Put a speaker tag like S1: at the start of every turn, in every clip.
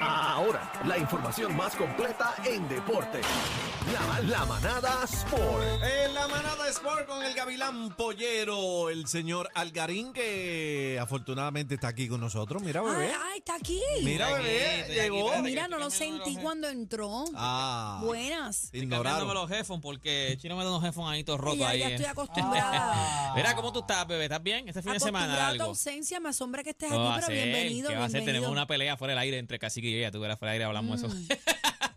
S1: Ahora, la información más completa en deporte. La, la manada Sport.
S2: En la manada Sport con el Gavilán Pollero, el señor Algarín, que afortunadamente está aquí con nosotros. Mira,
S3: ¿Eh?
S2: bebé.
S4: Ay, ay, está aquí. Ah,
S2: Mira, bebé, llegó.
S4: Mira, no lo sentí cuando entró.
S2: Ah,
S4: Buenas.
S2: ignoraron.
S3: Cambiándome los headphones porque Chino me da unos headphones ahí todos rotos
S4: Ya,
S3: ahí.
S4: ya
S3: eh.
S4: estoy acostumbrada.
S3: Mira, ¿cómo tú estás, bebé? ¿Estás bien? Este fin de
S4: Acostumbrada
S3: semana
S4: a tu
S3: algo.
S4: ausencia, me asombra que estés
S3: ¿Qué va a
S4: aquí, pero
S3: hacer?
S4: bienvenido,
S3: ¿Qué va a hacer?
S4: bienvenido. Mm.
S3: Tenemos una pelea fuera del aire entre Cacique y ella. Tú verás fuera del aire hablamos de eso.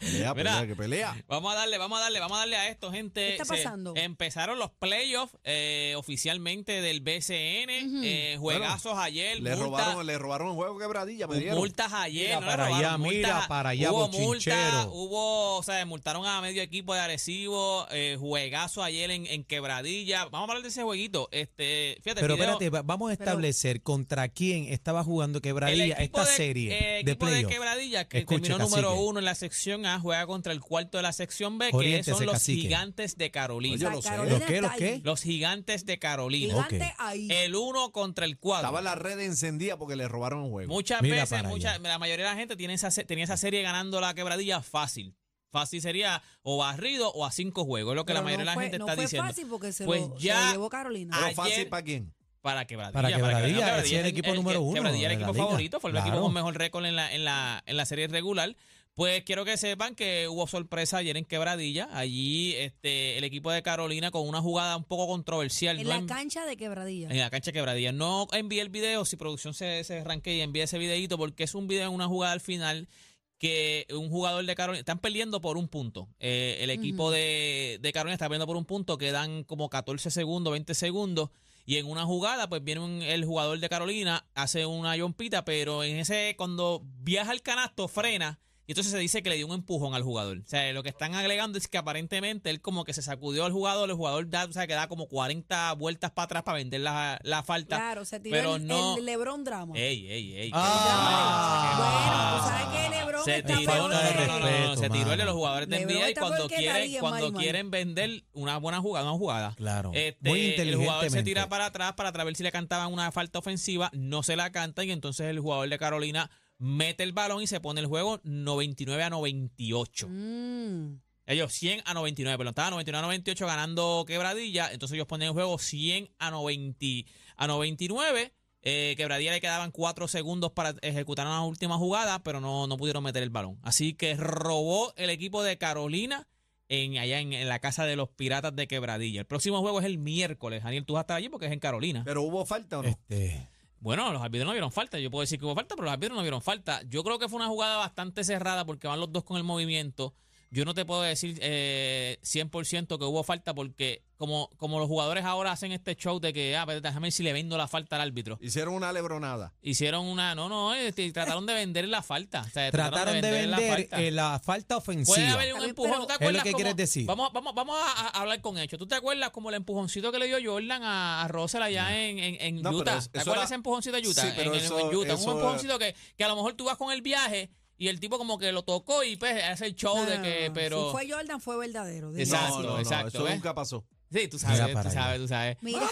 S2: Pelea,
S3: Mira.
S2: pelea, que pelea.
S3: Vamos a darle, vamos a darle, vamos a darle a esto, gente.
S4: ¿Qué está
S3: Se-
S4: pasando?
S3: empezaron los playoffs eh, oficialmente del BCN. eh, juegazos ayer.
S2: Le
S3: multa-
S2: robaron, le robaron el juego quebradilla, me dieron.
S3: Multas ayer.
S5: Mira
S3: no
S5: para
S3: le robaron,
S5: allá, mira
S3: multas.
S5: para allá,
S3: Hubo multa,
S5: bochinchero.
S3: hubo, o sea, multaron a medio equipo de Arecibo, eh, juegazo ayer en, en Quebradilla. Vamos a hablar de ese jueguito. Este, fíjate, el
S5: Pero
S3: video-
S5: espérate, va- vamos a establecer contra quién estaba jugando
S3: el
S5: Quebradilla
S3: equipo
S5: esta
S3: de-
S5: serie
S3: eh,
S5: de
S3: equipo de
S5: playoff.
S3: Quebradilla, que
S5: Escuche,
S3: terminó número
S5: cacique.
S3: uno en la sección A, juega contra el cuarto de la sección B,
S5: Oriéntese,
S3: que son los
S5: cacique.
S3: gigantes de Carolina.
S2: Oye,
S4: O sea,
S2: lo sé.
S4: Carolina
S5: ¿Los qué, los
S4: está
S5: qué?
S4: ahí.
S3: Los gigantes de Carolina.
S4: Gigante
S5: Ok.
S4: ahí.
S3: El uno contra el cuadro.
S2: Estaba la red encendida porque le robaron el juego.
S3: Muchas
S5: Mira
S3: veces,
S5: para
S3: mucha-
S5: allá.
S3: la mayoría de la gente tiene esa, se- tenía esa serie ganando la quebradilla fácil. Fácil sería o barrido o a cinco juegos, es lo que
S4: Pero
S3: la mayoría
S4: no
S3: de la
S4: fue-
S3: gente
S4: no
S3: está
S4: fue
S3: diciendo.
S4: fácil porque se,
S3: Pues
S4: lo, se
S3: ya- Ah,
S4: lo llevó Carolina.
S2: Pero
S3: ayer-
S2: fácil para quién.
S3: Para quebradilla.
S5: Para Quebradilla, ese es el equipo número uno
S3: Quebradilla era
S5: de
S3: el
S5: la
S3: equipo
S5: liga.
S3: favorito, fue el
S5: Claro.
S3: equipo con mejor récord en la, en, la, en la serie regular. Pues quiero que sepan que hubo sorpresa ayer en Quebradilla. Allí este, el equipo de Carolina con una jugada un poco controversial.
S4: en
S3: no
S4: la
S3: en-
S4: cancha de quebradilla.
S3: en la cancha quebradilla. No envié el video, si producción se, se arranque y envía ese videito, porque es un video en una jugada al final que un jugador de Carolina, están perdiendo por un punto. Eh, el equipo de, de Carolina está perdiendo por un punto, quedan como 14 segundos, 20 segundos. Y en una jugada, pues viene un- el jugador de Carolina, hace una yompita, pero en ese, cuando viaja al canasto, frena. Y entonces se dice que le dio un empujón al jugador. O sea, lo que están agregando es que aparentemente él como que se sacudió al jugador, el jugador da, o sea, que da como 40 vueltas para atrás para vender la, la falta.
S4: claro, se tiró
S3: pero
S4: el,
S3: no-
S4: el Lebron drama.
S3: Ey, ey, ey.
S4: Ah. bueno, tú
S3: Ah.
S4: sabes que Lebron
S3: Se
S4: está
S3: tiró, no,
S4: peor
S3: no,
S4: que-
S3: no, no, no, no, se
S5: Respeto,
S3: tiró el de los
S5: mano.
S3: jugadores de
S4: Lebron
S3: NBA y
S4: está
S3: cuando
S4: peor que
S3: quieren,
S4: nadie,
S3: cuando
S4: Mari, Mari.
S3: quieren vender una buena jugada, una jugada.
S5: Claro,
S3: Este,
S5: muy
S3: El jugador se
S5: inteligentemente.
S3: tira para atrás para atrás, ver si le cantaban una falta ofensiva, no se la canta y entonces el jugador de Carolina mete el balón y se pone el juego 99 a 98.
S4: Mm,
S3: Ellos 100 a 99, pero estaba 99 a 98 ganando Quebradilla, entonces ellos ponen el juego 100 a 90 a 99. Eh, quebradilla le quedaban 4 segundos para ejecutar una última jugada, pero no, no pudieron meter el balón. Así que robó el equipo de Carolina en allá en, en la casa de los Piratas de Quebradilla. El próximo juego es el miércoles. Daniel, tú vas a estar allí porque es en Carolina.
S2: Pero hubo falta o no.
S5: Este,
S3: Bueno, los árbitros no vieron falta. Yo puedo decir que hubo falta, pero los árbitros no vieron falta. Yo creo que fue una jugada bastante cerrada porque van los dos con el movimiento. Yo no te puedo decir eh, 100% que hubo falta porque como, como los jugadores ahora hacen este show de que, ah, pero déjame ver si le vendo la falta al árbitro.
S2: Hicieron una lebronada.
S3: Hicieron una, no, no, este, trataron de vender la falta. O sea,
S5: trataron de
S3: la
S5: vender
S3: falta.
S5: eh, la falta
S3: Puede
S5: ofensiva.
S3: haber un
S4: Está bien,
S3: empujón,
S4: pero-
S3: ¿tú te
S4: Es
S5: lo
S3: acuerdas?
S5: que
S3: cómo-
S5: quieres decir.
S3: Vamos, vamos, vamos a, a hablar con hechos. ¿Tú te acuerdas como el empujoncito que le dio Jordan a, a Russell allá en, en, en
S2: No, pero
S3: Utah?
S2: es-
S3: ¿Te
S2: eso
S3: acuerdas
S2: era-
S3: ese empujoncito de Utah?
S2: Sí, pero
S3: en, en- en
S2: eso-
S3: Utah.
S2: eso-
S3: un empujoncito que, que a lo mejor tú vas con el viaje y el tipo como que lo tocó y pues hace el show
S4: no,
S3: de
S4: no,
S3: que,
S4: no,
S3: pero...
S4: Si Ah, fue Jordan, fue verdadero. digo.
S3: Exacto,
S2: no, no, no,
S3: exacto, ¿eh?
S2: Eso
S3: ¿ves?
S2: nunca pasó.
S3: Sí, tú sabes,
S5: Mira
S3: tú
S5: para allá.
S3: sabes, tú sabes.
S4: Mira,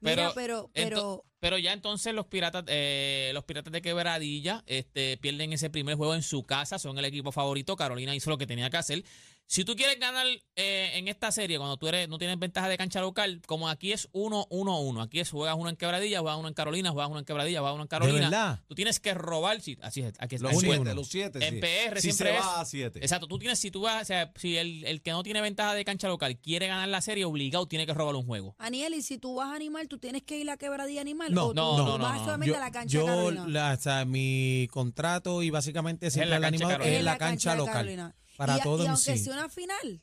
S4: mira, pero, pero
S3: Ento- pero ya entonces los piratas, eh, los piratas de Quebradilla, este, pierden ese primer juego en su casa, son el equipo favorito. Carolina hizo lo que tenía que hacer. Si tú quieres ganar eh, en esta serie, cuando tú eres, no tienes ventaja de cancha local, como aquí es 1-1-1, aquí es juegas uno en quebradilla, juegas uno en Carolina, juegas uno en quebradilla, juegas uno en Carolina.
S5: verdad?
S3: Tú tienes que robar, sí, así es, aquí es
S2: Los
S3: así es.
S2: siete, los siete.
S3: En
S2: sí.
S3: PR
S2: si
S3: siempre
S2: se
S3: es-
S2: va a siete.
S3: Exacto, tú tienes, si tú vas, o sea, si el, el que no tiene ventaja de cancha local quiere ganar la serie, obligado tiene que robar un juego.
S4: Aniel, y si tú vas a animal, ¿tú tienes que ir a quebradilla animal?
S5: No,
S4: ¿O tú
S3: no, no, no,
S4: vas
S3: no.
S4: solamente
S5: Yo,
S4: a la cancha de
S5: yo
S4: Carolina?
S5: la- o sea, mi contrato y básicamente
S3: en la
S5: siempre el
S3: cancha de
S5: animador
S3: Carolina.
S5: es en la cancha
S4: de
S5: local.
S4: Carolina.
S5: Para
S4: y, a-
S5: todo
S4: y
S5: en
S4: aunque
S5: sí.
S4: sea una final,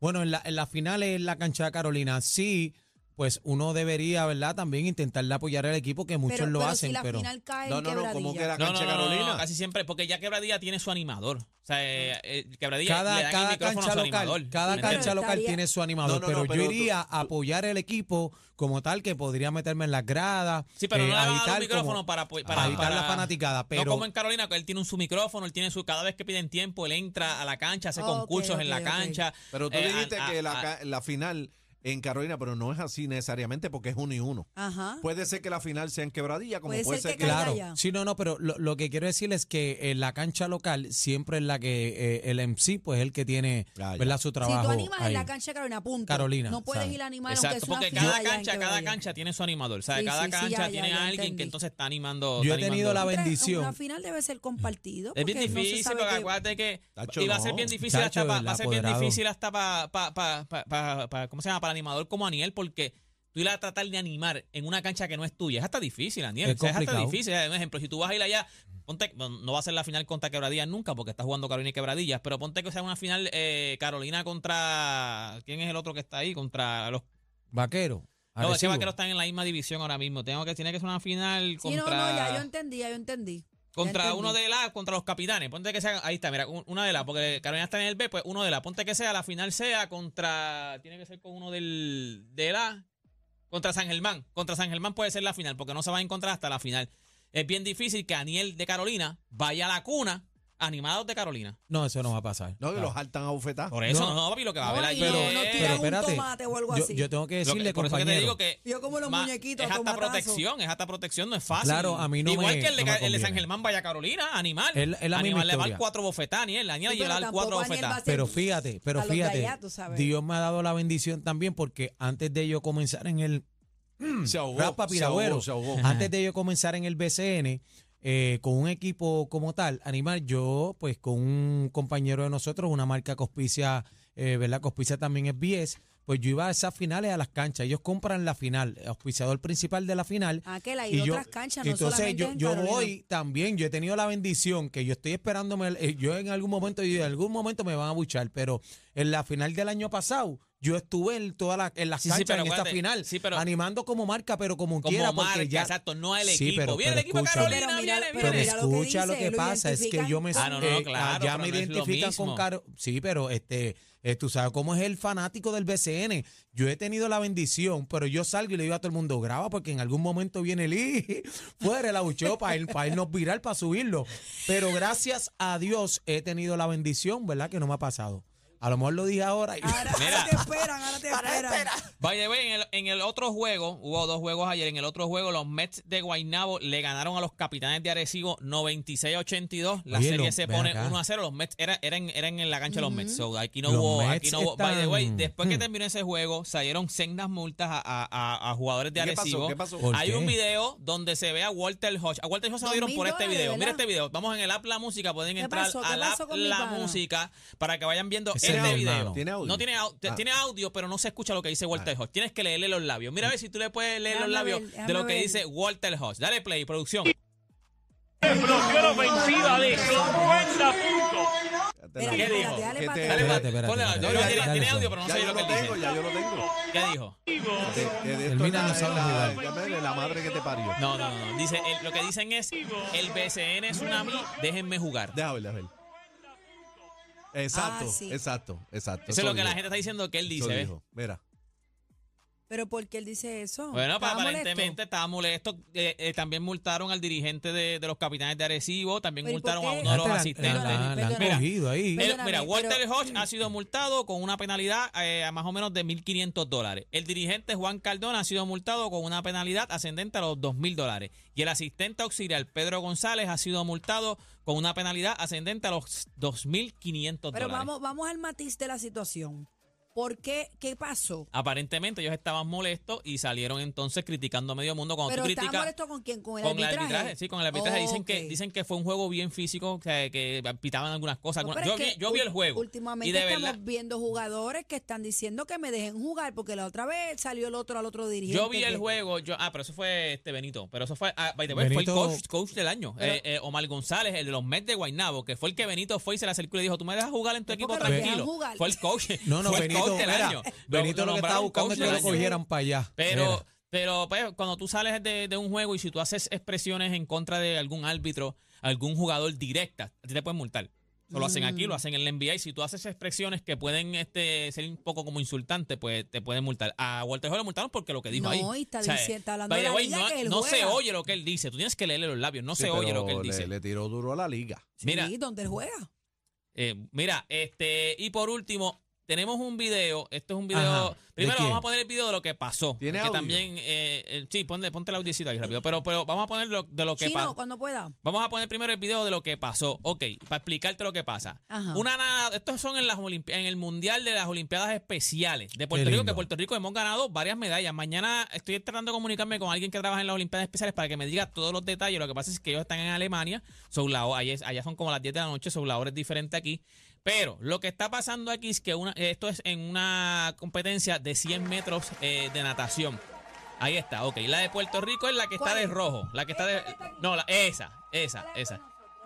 S5: Bueno, en la, en la final es la cancha de Carolina. Sí, pues uno debería, ¿verdad? También intentarle apoyar al equipo, que muchos
S4: pero,
S5: lo
S4: pero
S5: hacen,
S4: si la
S5: pero.
S4: final cae
S2: No,
S4: en
S2: no, no, como que
S4: quebradilla.
S2: la
S3: No, no,
S2: cancha
S3: no, no, no,
S2: Carolina.
S3: casi siempre, porque ya quebradilla tiene su animador. O sea, eh, eh, quebradilla le
S5: Cada,
S3: dan
S5: cada
S3: el micrófono a
S5: cancha
S3: su
S5: local,
S3: animador.
S5: cada
S3: ¿me
S4: Pero
S5: cancha
S3: entiendes?
S5: local
S4: estaría-
S5: tiene su
S2: No, no,
S5: animador,
S2: no,
S5: pero,
S2: pero
S5: yo
S2: tú-
S5: iría a apoyar el equipo como tal, que podría meterme en las gradas,
S3: Sí, pero
S5: eh,
S3: no le van a dar
S5: agitar
S3: un micrófono
S5: como-
S3: para, apo- para-
S5: agitar la
S3: para-
S5: fanaticada, pero
S3: No como en Carolina, que él tiene un, su micrófono, él tiene su... Cada vez que piden tiempo, él entra a la cancha, hace
S4: Ok,
S3: concursos
S4: ok,
S3: en la
S4: ok.
S3: cancha.
S2: Pero tú
S3: eh,
S2: dijiste
S3: a- a-
S2: que la,
S3: a-
S2: ca- la final en Carolina, pero no es así necesariamente porque es uno y uno.
S4: Ajá.
S2: Puede ser que la final sea en quebradilla, como puede,
S4: Ah, Puede
S2: ser,
S4: ser
S2: que.
S4: que caiga
S5: Claro,
S4: ya.
S5: sí, no, no, pero lo, lo que quiero decir es que en la cancha local siempre es la que eh, el MC, pues es el que tiene
S3: Ah,
S2: Ya, ya.
S5: ¿verdad? su trabajo.
S4: si tú animas
S5: ahí.
S4: en la cancha de Carolina, punto.
S5: Carolina,
S4: No puedes
S5: ¿sabes?
S4: ir a animar aunque
S3: Exacto,
S4: es una
S3: porque
S4: final
S3: cada
S4: allá en
S3: cancha, cada
S4: quebradilla.
S3: cancha tiene su animador. O sea,
S4: Sí,
S3: cada
S4: sí, sí,
S3: cancha
S4: ya, ya,
S3: tiene
S4: ya
S3: alguien
S4: entendí.
S3: que entonces está animando.
S5: Yo he
S3: está
S5: tenido
S3: animando.
S5: la
S4: Una-
S5: bendición.
S4: Una final debe ser compartido.
S3: Es bien
S4: porque no se
S3: difícil,
S4: sabe
S3: porque
S4: qué-
S3: acuérdate que
S2: Tacho,
S3: y va a ser
S2: no.
S3: bien difícil
S5: Tacho,
S3: hasta pa-
S5: el
S3: va a ser bien
S5: apoderado.
S3: difícil hasta para pa, pa, pa, pa- pa- ¿cómo se llama? Para animador como Aniel, porque tú ir a tratar de animar en una cancha que no es tuya, es hasta difícil, Aniel.
S5: Es
S3: O sea, es hasta
S5: complicado.
S3: difícil. Eh, Un ejemplo, si tú vas a ir allá, ponte, bueno, no va a ser la final contra Quebradillas nunca, porque está jugando Carolina y Quebradillas, pero ponte que sea una final eh, Carolina contra ¿quién es el otro que está ahí? Contra los
S5: Vaquero.
S3: no, es que
S5: agresivo.
S3: Vaqueros están en la misma división ahora mismo. Tengo que tiene que ser una final
S4: Sí,
S3: contra
S4: no, no, ya yo entendí, ya yo entendí.
S3: contra
S4: entendí.
S3: uno de la, contra los capitanes. Ponte que sea, ahí está, mira, un- una de la, porque Carolina está en el B, pues uno de la. Ponte que sea, la final sea contra, tiene que ser con uno del, de la, contra San Germán. Contra San Germán puede ser la final, porque no se va a encontrar hasta la final. Es bien difícil que Aniel de Carolina vaya a la cuna animados de Carolina.
S5: No, eso no va a pasar.
S2: No, que
S5: Claro.
S2: los saltan a bofetar.
S3: Por eso,
S5: No.
S3: no, papi, lo que va a haber
S4: No,
S3: ahí
S4: y no-
S3: es-
S4: no
S5: Pero
S4: tiran un
S5: espérate,
S4: tomate o algo
S5: yo,
S4: así.
S5: yo tengo que
S3: Lo que-
S5: decirle,
S3: por eso que
S5: compañero.
S3: te digo que
S4: Yo como los
S3: ma-
S4: muñequitos,
S3: es hasta
S4: tomatazo.
S3: protección, es hasta protección, no es fácil.
S5: Claro, a mí no
S3: Igual
S5: me-
S3: que el de,
S5: no me
S3: Ca- el de San
S5: conviene.
S3: Germán vaya a Carolina, animal.
S5: Es la- es la misma
S3: animal le va
S5: historia.
S3: al cuatro bofetadas, ni él, la niña
S4: Sí,
S3: le
S4: pero
S3: va al
S4: tampoco
S3: cuatro
S4: Aniel va a
S3: bofetadas.
S4: ser-
S5: Pero fíjate, pero
S4: a los de
S5: fíjate,
S4: allá, tú sabes.
S5: Dios me ha dado la bendición también porque antes de yo comenzar en el
S2: Se ahogó.
S5: Rafa
S2: se ahogó,
S5: Piragüero,
S2: se ahogó.
S5: antes de yo comenzar en el BCN, eh, con un equipo como tal, Animal, yo pues con un compañero de nosotros, una marca que auspicia, eh, ¿verdad? Que auspicia también es BS, pues yo iba a esas finales a las canchas, ellos compran la final, auspiciador principal de la final.
S4: Ah, que la ido a
S5: yo-
S4: otras canchas, no
S5: entonces
S4: solamente
S5: yo,
S4: en
S5: yo
S4: Carolina.
S5: voy también, yo he tenido la bendición que yo estoy esperándome, el- eh, yo en algún momento, yo en algún momento me van a buchar, pero en la final del año pasado, yo estuve en todas las en las
S3: Sí, sí,
S5: canchas
S3: pero
S5: en esta
S3: acuérdate,
S5: final,
S3: sí, pero-
S5: animando como marca, pero como,
S3: Como
S5: quiera, porque
S3: marca,
S5: ya
S3: exacto, no al
S5: Sí,
S3: equipo.
S5: pero-
S3: viene el
S5: pero
S3: equipo de
S5: escúchame.
S3: Carolina,
S4: Pero
S3: viene,
S4: mira,
S3: viene.
S5: Pero
S4: mira lo que
S5: escucha lo que,
S4: dice, lo
S5: pasa, es que yo me
S3: Ah, no, no,
S5: eh,
S3: claro,
S5: ya
S3: pero
S5: me
S3: no es lo
S5: identifican con
S3: mismo.
S5: Caro. Sí, pero este, eh, tú sabes cómo es el fanático del BCN. Yo he tenido la bendición, pero yo salgo y le digo a todo el mundo, graba porque en algún momento viene el I, fuera el abucheo para, ir, para irnos viral, para subirlo. Pero gracias a Dios he tenido la bendición, ¿verdad? Que no me ha pasado. A lo mejor lo dije ahora. y-
S4: Ahora, ahora
S3: Mira.
S4: te esperan, ahora te esperan.
S3: By the way, en el, en el otro juego, hubo dos juegos ayer, en el otro juego los Mets de Guaynabo le ganaron a los Capitanes de Arecibo 96-82. La
S5: Oye,
S3: serie
S5: lo-
S3: se
S5: ven
S3: pone
S5: acá.
S3: 1 a 0, los Mets era- eran, eran en la cancha de los Mets. So, aquí no
S5: Los
S3: hubo, aquí
S5: Mets
S3: no hubo. By the way,
S5: están-
S3: después que
S5: hmm.
S3: terminó ese juego, salieron sendas multas a, a- a- a jugadores de
S2: ¿Y qué pasó?
S3: Arecibo.
S2: ¿Qué pasó?
S5: ¿Por
S3: Hay
S5: qué?
S3: un video donde se ve a Walter Hodge. A Walter Hodge se lo
S4: Dos
S3: dieron
S4: mil
S3: por este
S4: dólares,
S3: video. Mira
S4: ¿verdad?
S3: este video. Vamos en el app La Música, pueden
S4: ¿Qué
S3: entrar
S4: pasó? ¿Qué
S3: al app
S4: pasó con mi
S3: La
S4: pana?
S3: Música para que vayan viendo
S5: Ese
S3: este
S5: era un
S3: video.
S5: nano.
S2: ¿Tiene audio?
S3: No tiene audio,
S2: Ah.
S3: tiene audio, pero no se escucha lo que dice Walter Hodge. Tienes que leerle los labios. Mira a ver si tú le puedes leer los
S4: Déjame
S3: labios
S4: ver,
S3: de
S4: déjame
S3: lo que
S4: ver.
S3: dice Walter Hodge. Dale play, producción.
S6: bloqueó la ofensiva de 50 puntos.
S2: Espérate,
S4: Espérate,
S2: ¿qué
S3: espérate,
S2: dijo?
S4: dale
S2: ¿Qué
S4: para
S2: te-
S4: atrás.
S3: Dale, espérate,
S5: espérate, espérate, espérate.
S3: tiene,
S5: Dale,
S3: tiene
S5: dale.
S3: audio, pero no
S2: Ya
S3: sé
S2: yo
S3: lo que
S2: lo tengo,
S3: dice.
S2: ya yo lo tengo.
S3: ¿Qué dijo?
S2: De- de- de esto
S5: Termina,
S2: es
S5: no
S2: la-
S5: sabes
S2: la-
S5: jugar.
S2: llámame de la madre que te parió.
S3: No, no, no. Dice, el- lo que dicen es, el BCN Tsunami, déjenme jugar.
S2: Déjame ver, déjame ver. Exacto,
S4: sí.
S2: exacto, exacto.
S4: Ah,
S3: Eso es lo que
S2: dijo.
S3: la gente está diciendo que él
S2: Eso
S3: dice. ¿ves?
S2: dijo. Mira.
S4: Pero ¿por qué él dice eso?
S3: Bueno, pues
S4: ¿Estaba molesto?
S3: aparentemente estaba molesto. Eh, eh, también multaron al dirigente de, de los capitanes de Arecibo, también
S4: Pero, ¿y por
S3: multaron a
S4: qué?
S3: uno de los
S5: La- la-
S3: asistentes.
S5: la- la han
S4: Mira,
S5: cogido ahí.
S3: El-
S4: Perdóname,
S3: mira, Walter
S4: pero- mm.
S3: Hodge ha sido multado con una penalidad eh, a más o menos de 1.500 dólares. El dirigente Juan Cardona ha sido multado con una penalidad ascendente a los 2.000 dólares. Y el asistente auxiliar Pedro González ha sido multado con una penalidad ascendente a los 2.500 dólares.
S4: Pero vamos, vamos al matiz de la situación. ¿Por qué? ¿Qué pasó?
S3: Aparentemente ellos estaban molestos y salieron entonces criticando a medio mundo. Cuando
S4: pero
S3: tú
S4: estaba
S3: criticas...
S4: molesto con quién? Con el
S3: Con el
S4: arbitraje.
S3: arbitraje, sí, con el arbitraje. Dicen,
S4: Ok.
S3: que, dicen que fue un juego bien físico, o sea, que pitaban algunas cosas.
S4: No,
S3: algunas-
S4: pero
S3: Yo,
S4: es que
S3: vi, yo vi el
S4: ul-
S3: juego.
S4: Últimamente
S3: y de
S4: estamos
S3: verdad,
S4: viendo jugadores que están diciendo que me dejen jugar porque la otra vez salió el otro al otro dirigente.
S3: yo vi el
S4: que-
S3: juego. Yo, ah, pero eso fue este Benito. Pero eso fue, ah, by the way,
S5: Benito-
S3: fue el coach, coach del año. eh, eh, Omar González, el de los Mets de Guaynabo, que fue el que Benito fue y se le acercó y le dijo, tú me dejas jugar en
S4: Es
S3: tu equipo
S4: porque lo dejan
S3: tranquilo.
S4: jugar.
S3: Fue el coach.
S5: No, no,
S3: fue el
S5: Benito,
S3: coach del
S5: mira,
S3: año.
S5: Benito lo, que estaba
S3: nombraron
S5: buscando
S3: coach
S5: es que
S3: del
S5: lo
S3: año.
S5: cogieran para allá.
S3: Pero,
S5: Mira.
S3: pero pues, cuando tú sales de, de un juego y si tú haces expresiones en contra de algún árbitro, algún jugador directa, a ti te pueden multar. Eso lo hacen aquí, lo
S4: Mm.
S3: hacen en la NBA. Y si tú haces expresiones que pueden este, ser un poco como insultantes, pues te pueden multar. A Walter Hall lo multaron porque lo que dijo
S4: No,
S3: ahí.
S4: y está diciendo- está hablando
S3: by
S4: de
S3: the
S4: la
S3: way,
S4: liga
S3: no,
S4: que él
S3: no se
S4: juega.
S3: oye lo que él dice. Tú tienes que leerle los labios. No
S1: Sí,
S3: se oye
S1: pero
S3: lo que él
S1: le-
S3: dice.
S1: Le tiró duro a la liga.
S4: Sí,
S3: Mira,
S4: donde él juega.
S3: eh, mira, este, y por último, tenemos un video. Esto es un video.
S5: Ajá, ¿de
S3: Primero
S5: quién?
S3: vamos a poner el video de lo que pasó.
S1: ¿Tiene
S3: que
S1: audio?
S3: también, eh, eh, sí, ponle, ponte el audiocito ahí rápido. Pero, pero vamos a poner lo- de lo que
S4: Chino,
S3: pasó.
S4: cuando pueda.
S3: Vamos a poner primero el video de lo que pasó. Ok, para explicarte lo que pasa.
S4: Ajá.
S3: Una nada, estos son en las olimpi- en el Mundial de las Olimpiadas Especiales de Puerto Rico,
S5: lindo.
S3: que Puerto Rico hemos ganado varias medallas. Mañana estoy tratando de comunicarme con alguien que trabaja en las Olimpiadas Especiales para que me diga todos los detalles. Lo que pasa es que ellos están en Alemania, son la ho- allá, es- allá son como las 10 de la noche, son la hora es diferente aquí. Pero lo que está pasando aquí es que una, esto es en una competencia de 100 metros eh, de natación. Ahí está, ok. La de Puerto Rico es la que está
S4: ¿Cuál
S3: de
S4: es?
S3: rojo. La que está de. No, la- esa, esa, esa.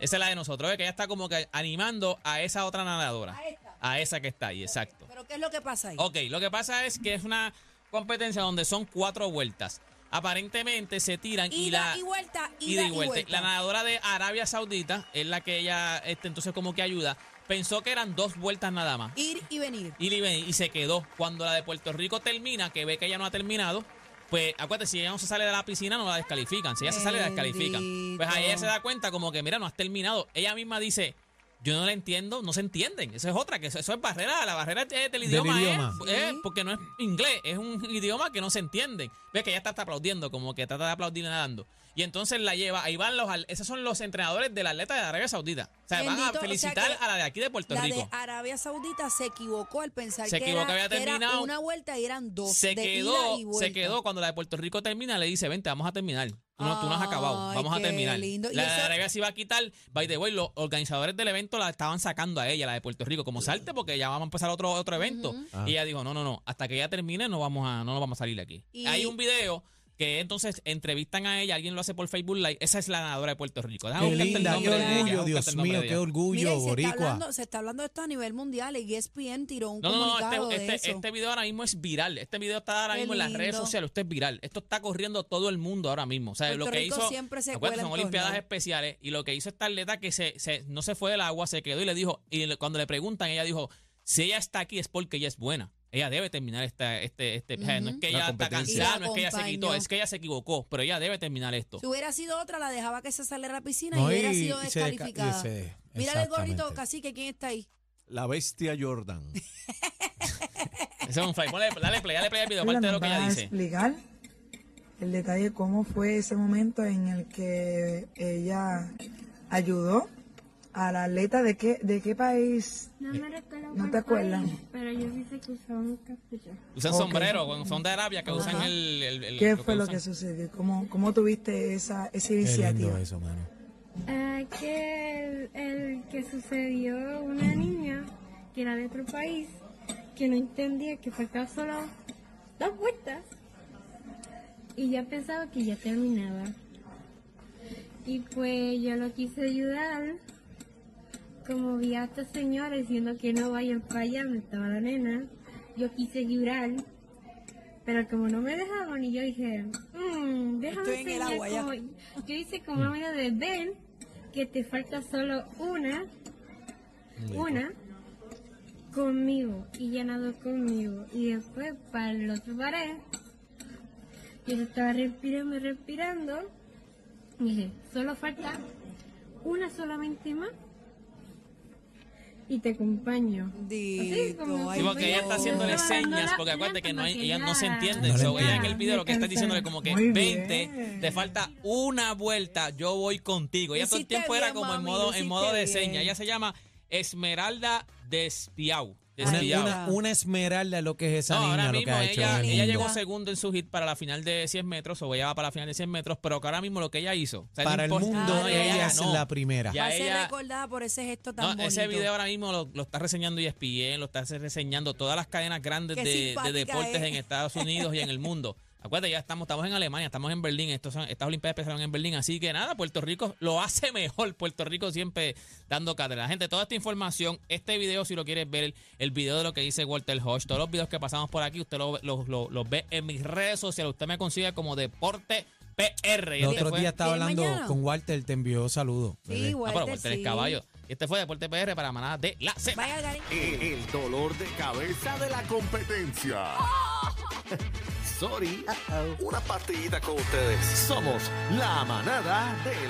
S3: Esa es la de nosotros, ¿ves? que ella está como que animando a esa otra nadadora.
S4: A esta.
S3: A esa que está ahí, exacto.
S4: Pero ¿qué es lo que pasa ahí?
S3: Ok, lo que pasa es que es una competencia donde son cuatro vueltas. Aparentemente se tiran y
S4: Ida
S3: la.
S4: y vuelta,
S3: ida
S4: ida y vuelta.
S3: La nadadora de Arabia Saudita es la que ella, este, entonces, como que ayuda. Pensó que eran dos vueltas nada más
S4: Ir y venir.
S3: y, le ven- y se quedó. Cuando la de Puerto Rico termina, que ve que ella no ha terminado, pues acuérdate, si ella no se sale de la piscina, no la descalifican. Si ella se sale, la descalifican. Pues ahí ella se da cuenta como que, mira, no has terminado. Ella misma dice, yo no la entiendo, no se entienden. Esa es otra, que eso, eso es barrera, la barrera de- del idioma, es-
S5: idioma.
S3: Es, porque no es inglés, es un idioma que no se entiende. Ves que ella está, hasta aplaudiendo, como que trata de aplaudir nadando. Y entonces la lleva, ahí van los, al- esos son los entrenadores del atleta de Arabia Saudita. O sea, van
S4: Bendito,
S3: a
S4: o sea
S3: felicitar
S4: que
S3: a la de aquí de Puerto
S4: La
S3: Rico.
S4: de Arabia Saudita se equivocó al pensar
S3: Se
S4: que,
S3: equivocó,
S4: era,
S3: había
S4: que era
S3: terminado.
S4: una vuelta y eran dos.
S3: se
S4: de
S3: quedó,
S4: ida y vuelta.
S3: se quedó cuando la de Puerto Rico termina, le dice, vente, vamos a terminar. Tú no, tú no has acabado,
S4: Ay,
S3: vamos a
S4: qué
S3: terminar.
S4: lindo. Y
S3: La de
S4: eso-
S3: Arabia se iba a quitar, by the way, los organizadores del evento la estaban sacando a ella, la de Puerto Rico, como salte, porque ya vamos a empezar otro, otro evento.
S5: Ah.
S3: Y ella dijo, no, no, no, hasta que ella termine no vamos a, no nos vamos a salir de aquí.
S4: Y-
S3: Hay un video que entonces entrevistan a ella, alguien lo hace por Facebook Live, esa es la nadadora de Puerto Rico. Déjame
S5: Qué
S3: buscarte el
S5: linda, qué
S3: nombre de ella,
S5: orgullo,
S3: déjame buscarte
S5: Dios
S3: el nombre
S5: mío,
S3: de
S5: qué
S3: ella.
S5: orgullo,
S4: Mira, y se, está
S5: boricua.
S4: hablando, se está hablando de esto a nivel mundial. Y E ESPN tiró un
S3: No, no, no,
S4: comunicado
S3: este,
S4: de
S3: este-
S4: eso.
S3: este video ahora mismo es viral. Este video está ahora
S4: Qué
S3: mismo en las redes
S4: lindo.
S3: sociales. Usted es viral. Esto está corriendo todo el mundo ahora mismo. O sea,
S4: Puerto
S3: lo que
S4: Rico
S3: hizo.
S4: siempre se
S3: acuérdate,
S4: cuela en
S3: son
S4: todos
S3: Olimpiadas
S4: lados.
S3: especiales. Y lo que hizo esta atleta que se, se- no se fue del agua, se quedó y le dijo. Y le- cuando le preguntan, ella dijo: Si ella está aquí es porque ella es buena. Ella debe terminar esta, este, este. o sea, No es que
S1: La
S3: ella está
S1: competencia.
S4: Y
S3: cansada,
S4: la
S3: no es que ella se quitó,
S4: acompañó.
S3: es que ella se equivocó. Pero ella debe terminar esto.
S4: Si hubiera sido otra, la dejaba que se saliera a la piscina
S5: No,
S4: y hubiera
S5: y-
S4: sido
S5: y se desca-
S4: descalificada.
S5: y se-
S4: Mira el gorrito,
S5: exactamente.
S4: cacique, ¿quién está ahí?
S1: La bestia Jordan.
S3: Ese es un fly. Ponle- dale play, dale play al video, parte de lo que ella
S7: va a
S3: dice.
S7: explicar el detalle cómo fue ese momento en el que ella ayudó a la atleta de qué de qué país
S8: No me recuerdo.
S7: ¿No te
S8: cuál
S7: acuerdas?
S8: fue, Pero yo vi que usaban un capullo.
S3: Usan
S7: Ok.
S3: sombrero, cuando son de Arabia, que usan el. el- el-
S7: qué fue lo
S3: usan.
S7: que sucedió cómo cómo tuviste esa esa
S5: Qué lindo
S7: iniciativa
S5: eso, mano.
S8: Ah, que el, el que sucedió una niña que era de otro país que no entendía que faltaba solo dos vueltas y ya pensaba que ya terminaba. Y pues yo lo quise ayudar. Como vi a esta señora diciendo que no vayan para allá, donde estaba la nena, yo quise ayudar. Pero como no me dejaban, y yo dije, "Mm,
S4: Estoy
S8: déjame
S4: en el
S8: enseñar
S4: agua ya".
S8: cómo- Yo hice como una de Ben, que te falta solo una, una, conmigo, y ya nadó conmigo. Y después para el otro pared, Y yo estaba respirando y respirando. Y dije, solo falta una solamente más. Y te acompaño. Así como
S3: Sí, porque ella está haciéndole señas, porque acuérdate que no hay, ella no se entiende. So, ella en el video lo que está diciéndole como que 20, te falta una vuelta, yo voy contigo. Ella todo el
S4: Hiciste
S3: tiempo era
S4: bien,
S3: como en
S4: mami,
S3: modo,
S4: lo
S3: en modo de
S4: hiciste bien.
S3: señas. Ella se llama Esmeralda Despiau.
S5: Una,
S3: Despiau.
S5: una- una esmeralda es lo que es esa
S3: No,
S5: niña,
S3: ahora
S5: lo
S3: mismo
S5: que ha hecho.
S3: ella,
S5: de
S3: ella
S5: niña.
S3: llegó segundo en su hit para la final de 100 metros, o ella va para la final de 100 metros, pero que ahora mismo lo que ella hizo. o sea, no
S5: Para el
S3: importa-
S5: mundo,
S3: no,
S5: ella es
S3: ganó.
S5: la primera.
S3: Ya
S4: Va a ser
S3: ella-
S4: recordada por ese gesto tan
S3: no,
S4: bonito.
S3: ese video ahora mismo lo, lo está reseñando E ESPN, lo está reseñando todas las cadenas grandes
S4: Qué
S3: de, de
S4: simpática
S3: deportes
S4: es.
S3: en Estados Unidos y en el mundo. Acuérdate, ya estamos, estamos en Alemania, estamos en Berlín, estos son- estas Olimpiadas empezaron en Berlín, así que nada, Puerto Rico lo hace mejor, Puerto Rico siempre dando cátedra. Gente, toda esta información, este video, si lo quieres ver, el, el video de lo que dice Walter Hodge, todos los videos que pasamos por aquí, usted los lo, lo- los ve en mis redes sociales, usted me consigue como Deporte PR. Y
S5: El
S3: este
S5: otro
S3: fue-
S5: día estaba
S4: ¿Viene
S5: hablando
S4: mañana?
S5: con Walter, te envió saludos. bebé.
S4: Sí,
S3: Ah,
S4: Walter,
S3: pero Walter es
S4: sí.
S3: caballo. Y este fue Deporte PR para Manada de la Z.
S4: Vaya, Algarín.
S1: El, el dolor de cabeza de la competencia. Sorry. Una partidita con ustedes. Somos la manada de la